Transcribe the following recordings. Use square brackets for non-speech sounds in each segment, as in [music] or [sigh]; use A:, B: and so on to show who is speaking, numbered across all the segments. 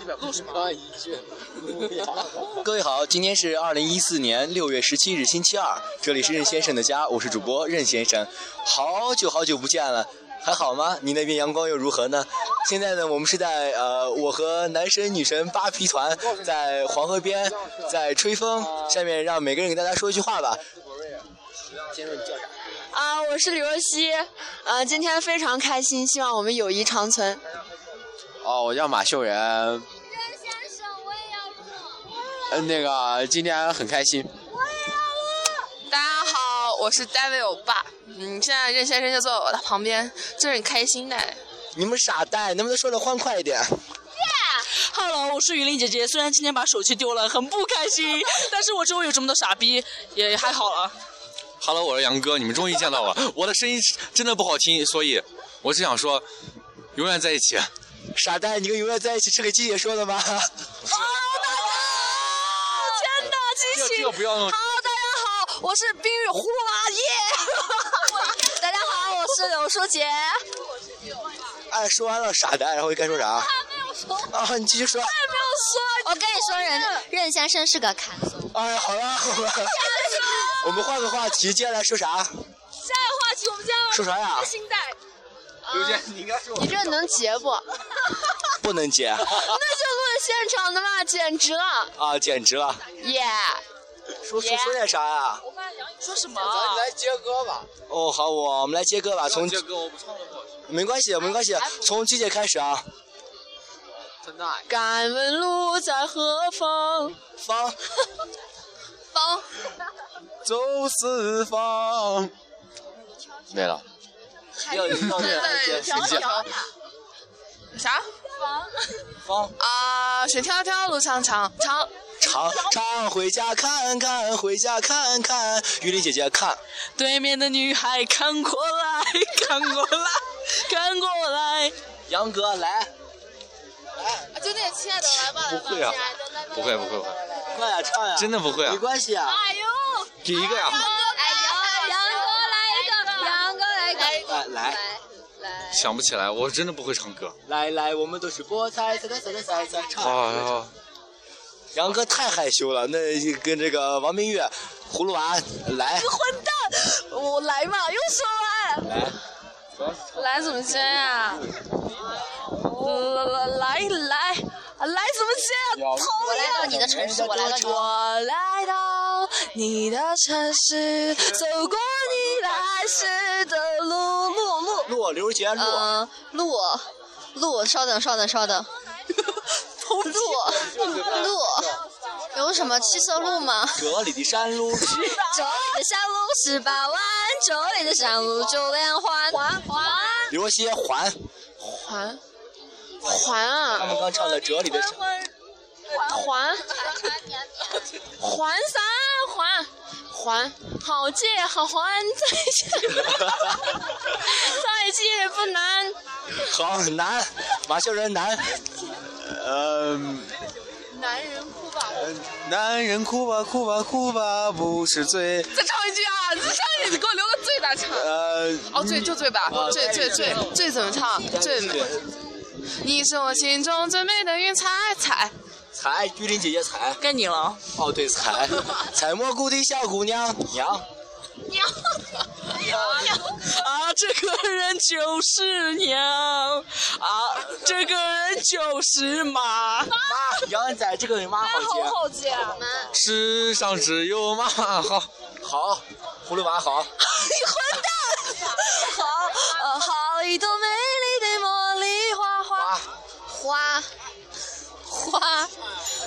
A: 一百录什么？啊，一句。
B: 各位好，今天是二零一四年六月十七日，星期二，这里是任先生的家，我是主播任先生，好久好久不见了。还好吗？你那边阳光又如何呢？现在呢，我们是在呃，我和男神女神扒皮团在黄河边在吹风。下面让每个人给大家说一句话吧。
A: 先说你叫啥？
C: 啊、我是李若曦，呃，今天非常开心，希望我们友谊长存。
D: 哦，我叫马秀仁，
E: 任先生，我也要录，
D: 呃，
F: 嗯
D: 那个今天很开心，
E: 我也要录。
C: 大家好，我是大卫欧巴，嗯，现在任先生就坐我的旁边，真是开心的。
B: 你们傻蛋，能不能说的欢快一点？
G: Hello，我是雨林姐姐。虽然今天把手机丢了，很不开心，但是我周围有这么多傻逼，也还好了。
F: Hello，我是杨哥，你们终于见到我。我的声音是真的不好听，所以我只想说，永远在一起。
B: 傻蛋，你跟永远在一起是给季姐说的吗？
C: 真的，
F: 这个这个不要弄。
C: 哦大家好，我是冰雨呼啦耶。 [laughs] 大家好，我是柳舒洁。
B: 哎，说完了傻蛋，然后该说啥？啊，你继续说。
E: 我跟你说，任任先生是个砍手。
B: 哎，好了好了，我们换个话题，接下来说啥？
C: 下一个话题我们将
B: 说啥呀？
C: 新代，
A: 刘姐，你应该说。
C: 你这能截不？
B: 不能接
C: 那就录现场的嘛，简直了，
B: 啊，简直了！
C: 耶、
B: 说说说点啥呀？
G: 说什么？
A: 咱来接歌吧。
B: 哦，好，我们来接歌吧，从
A: 接歌，我不唱了不好听。
B: 没关系，没关系，从季姐开始啊。
A: 真的啊，
C: 敢问路在何方？
B: 方
C: 方
D: 走四方。没了，
B: 要有要有
C: 调调啥？
B: 方
C: 啊，水迢迢路长长长。
E: 啊
B: 常常回家看看，回家看看，雨林姐姐看，
G: 对面的女孩看过来，看过来，看过来。
B: 杨哥来，
C: 就那个亲爱的，来吧来吧。
F: 不会啊，不会不会不会，啊
B: 快呀唱呀，
F: 真的不会啊
B: 没！关系啊。
E: 哎呦，
F: 给一个呀，
E: 哎，杨哥来一个，杨哥来一个。
B: 来来
F: 想不起来，我真的不会唱歌。
B: 来来，我们都是菠菜，菜菜菜菜菜菜，唱。
F: 啊，
B: 杨哥太害羞了，那跟这个王明月、葫芦娃来，
C: 混蛋，我来嘛，又说来。来怎么接呀、来来来来怎么接、啊？讨厌。
E: 到你的城市，我来到你的。
C: 我来到你的城市，走过你来时的路路路，
B: 陆刘杰陆，
H: 呃
C: 嗯，路路，稍等稍等稍等，路路，有什么七色路吗？
B: [laughs] 哲里的山路，
C: 九里的山路十八弯，九里的山路九连环，环环
B: 刘些环，
C: 环环啊
B: 他们刚唱的哲里的山，
C: 环环啥环环，啊好借好还，再见再见不难。
B: 好难，马秀仁难，
D: 嗯，
C: 男人哭吧，
D: 男人哭吧哭吧哭吧不是罪，
H: 再唱一句啊！这上一句给我留个最大唱。
D: 呃，
H: 哦，醉就醉吧，醉醉醉醉怎么唱？醉美。你是我心中最美的云彩彩，
B: 采玉林姐姐采，
G: 该你了，
B: 哦对采，采蘑菇的小姑娘娘，
G: 啊，这个人就是娘，啊，这个人就是妈。
B: 妈杨仔这个你妈好接，
D: 世上只有妈妈好。
B: 好，葫芦娃好，
C: 呃，好一朵美丽的茉莉花花花花，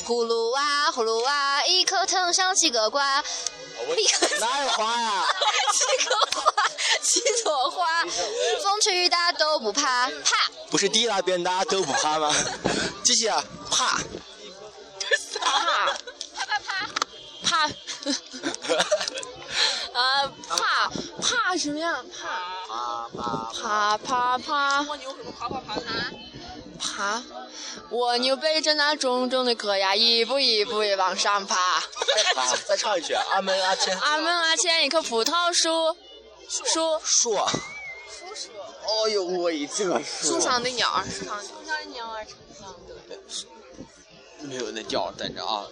E: 葫芦娃，葫芦娃，一颗藤上七个瓜，
B: 哪有花呀、
E: 七个花，七朵花，风吹雨打都不怕，怕。
B: [laughs] 不是滴答边答都不怕吗？姐姐啊怕，
H: 怕
I: 呃
H: 啊怕怕什么呀？
C: 啪啪啪。蜗牛爬爬爬爬。蜗牛背着那重重的壳呀，一步一步地往上爬。
B: 啊 [laughs] 再唱一句，阿门阿天
C: 阿门
I: 啊
C: 阿牵一棵葡萄树，树
B: 树，
A: 哎呦喂，这个是
H: 树上的鸟儿，树上的鸟儿
J: 没有那调，等着啊。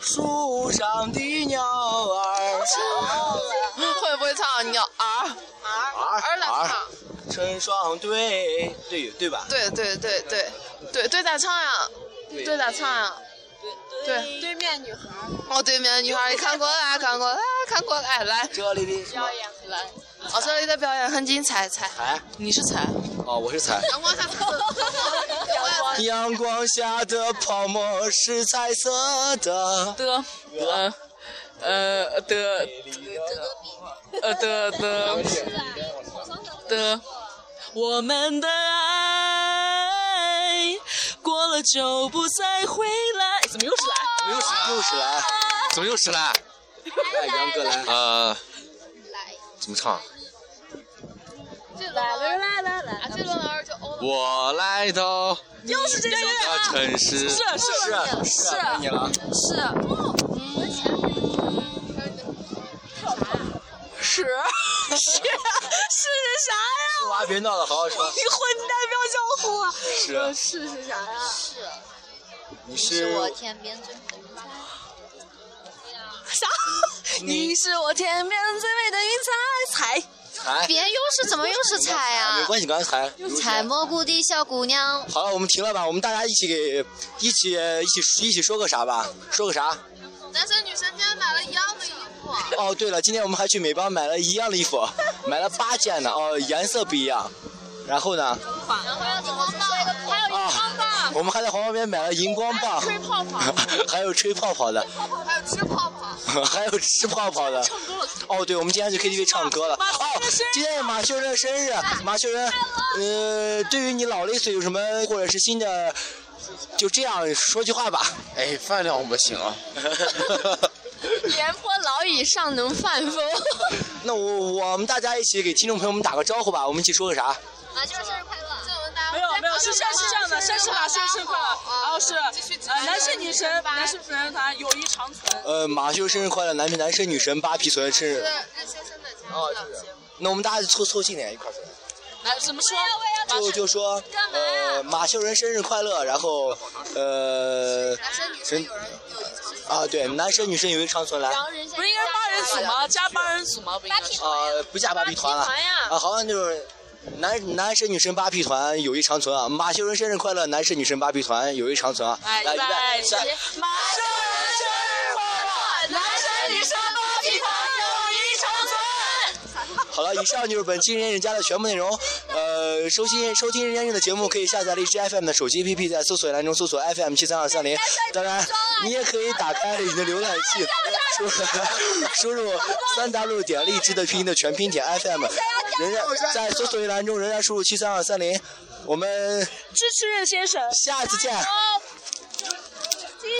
B: 树上的鸟儿，
I: 哦会不会唱？你要儿
B: 儿
I: 儿来
B: 儿
I: 唱？
B: 成双对对对吧？
I: 对对对对对对在唱呀，对在
C: 啊
I: 唱呀。对，对面女孩。哦，对面的女孩，看过来，看过来，啊看过来，来，
B: 这里的
K: 表演来，
I: 哦，这里的表演很精彩，彩。
B: 彩
C: 你是彩，
B: 哦，我是彩。
I: 阳光下，
B: [laughs] 阳光下的泡沫是彩色的。
C: 的，呃，呃的，呃的的的，我们的爱过了就不再回来。怎么又是来？
B: 又是又是来，
F: 怎么又是啦？
B: 哎，杨哥来，
F: 呃，怎么唱？
I: 啊这轮儿就欧了。
F: 我来到
C: 又是这首
F: 这
C: 歌。
F: 城市，
C: 是是
B: 啊是啊是该你了，
C: 是啊屎是是啥呀？
B: 娃别闹了，好好说。
C: 你混蛋，不要叫我啊！
B: 是啊
C: 是是啥呀？
B: 你
E: 是
B: 是
E: 我天边最美的云彩。
C: 啥？你是我天边最美的云彩，彩
B: 彩，
E: 别又是怎么又是彩
B: 哎没
E: 啊？
B: 关系，刚才彩。
E: 采蘑菇的小姑娘，
B: 好了，我们停了吧，我们大家一起给一起一起一起说个啥吧，说个啥？
I: 男生女生竟然买了一样的衣服。
B: 哦，对了，今天我们还去美邦买了一样的衣服，买了八件呢，哦，颜色不一样。然后呢？
E: 然后要怎么摔个
I: 还有荧光棒，
B: 我们还在黄花边买了荧光棒，
I: 吹泡泡，
B: [laughs] 还有吹泡泡的，
I: 还有吃泡泡。
B: [laughs] 还有吃泡泡的。哦，对，我们今天去 KTV 唱歌了。
C: 马
B: 哦
C: 秀生日，
B: 今天是马秀生生日，啊
I: 哎
B: 马秀生，呃，对于你老了一岁有什么或者是新的，就这样说句
I: [laughs]
B: 话吧。
J: 哎，饭量不行
F: [laughs]
J: 啊。
K: 廉颇老以尚能饭否？
B: 那我我们大家一起给听众朋友们打个招呼吧，我们一起说个啥？
E: 马就是生日快乐。
C: 没有没有，是这样是这样的，先是马秀生日快乐，然后是呃男生女神，男生女神团友谊长存。
B: 呃，马秀生日快乐，男男生女神八皮存生日。
I: 任先生的家。
B: 哦那我们大家凑凑近点一块儿说。
C: 来，怎么说？
B: 就就说，呃，马秀人生日快乐，然后，呃，人啊，对，男生女生有一长存来，啊、
C: 不是应该八人组吗？加八人组吗？不应该是。
B: 不加八 P 团了，啊，好像就是男男生女生八 P 团友谊长存啊，马秀人生日快乐，男生女生八 P 团友谊长存啊，
C: 哎，
B: 来
C: 预
B: 预备，
C: 备起
B: 三，，
C: 马秀人生日快乐，男生女生八匹团友谊长存。
B: 好了，以上就是本期《人间人家》的全部内容。呃，收听收听《人间人》的节目，可以下载荔枝 FM 的手机 APP，在搜索栏中搜索 FM 七三二三零。当然，你也可以打开你的浏览器，输输入三 W 点荔枝的拼音的全拼点 FM，仍然在搜索一栏中仍然输入七三二三零。我们
C: 支持任先生。
B: 下次见，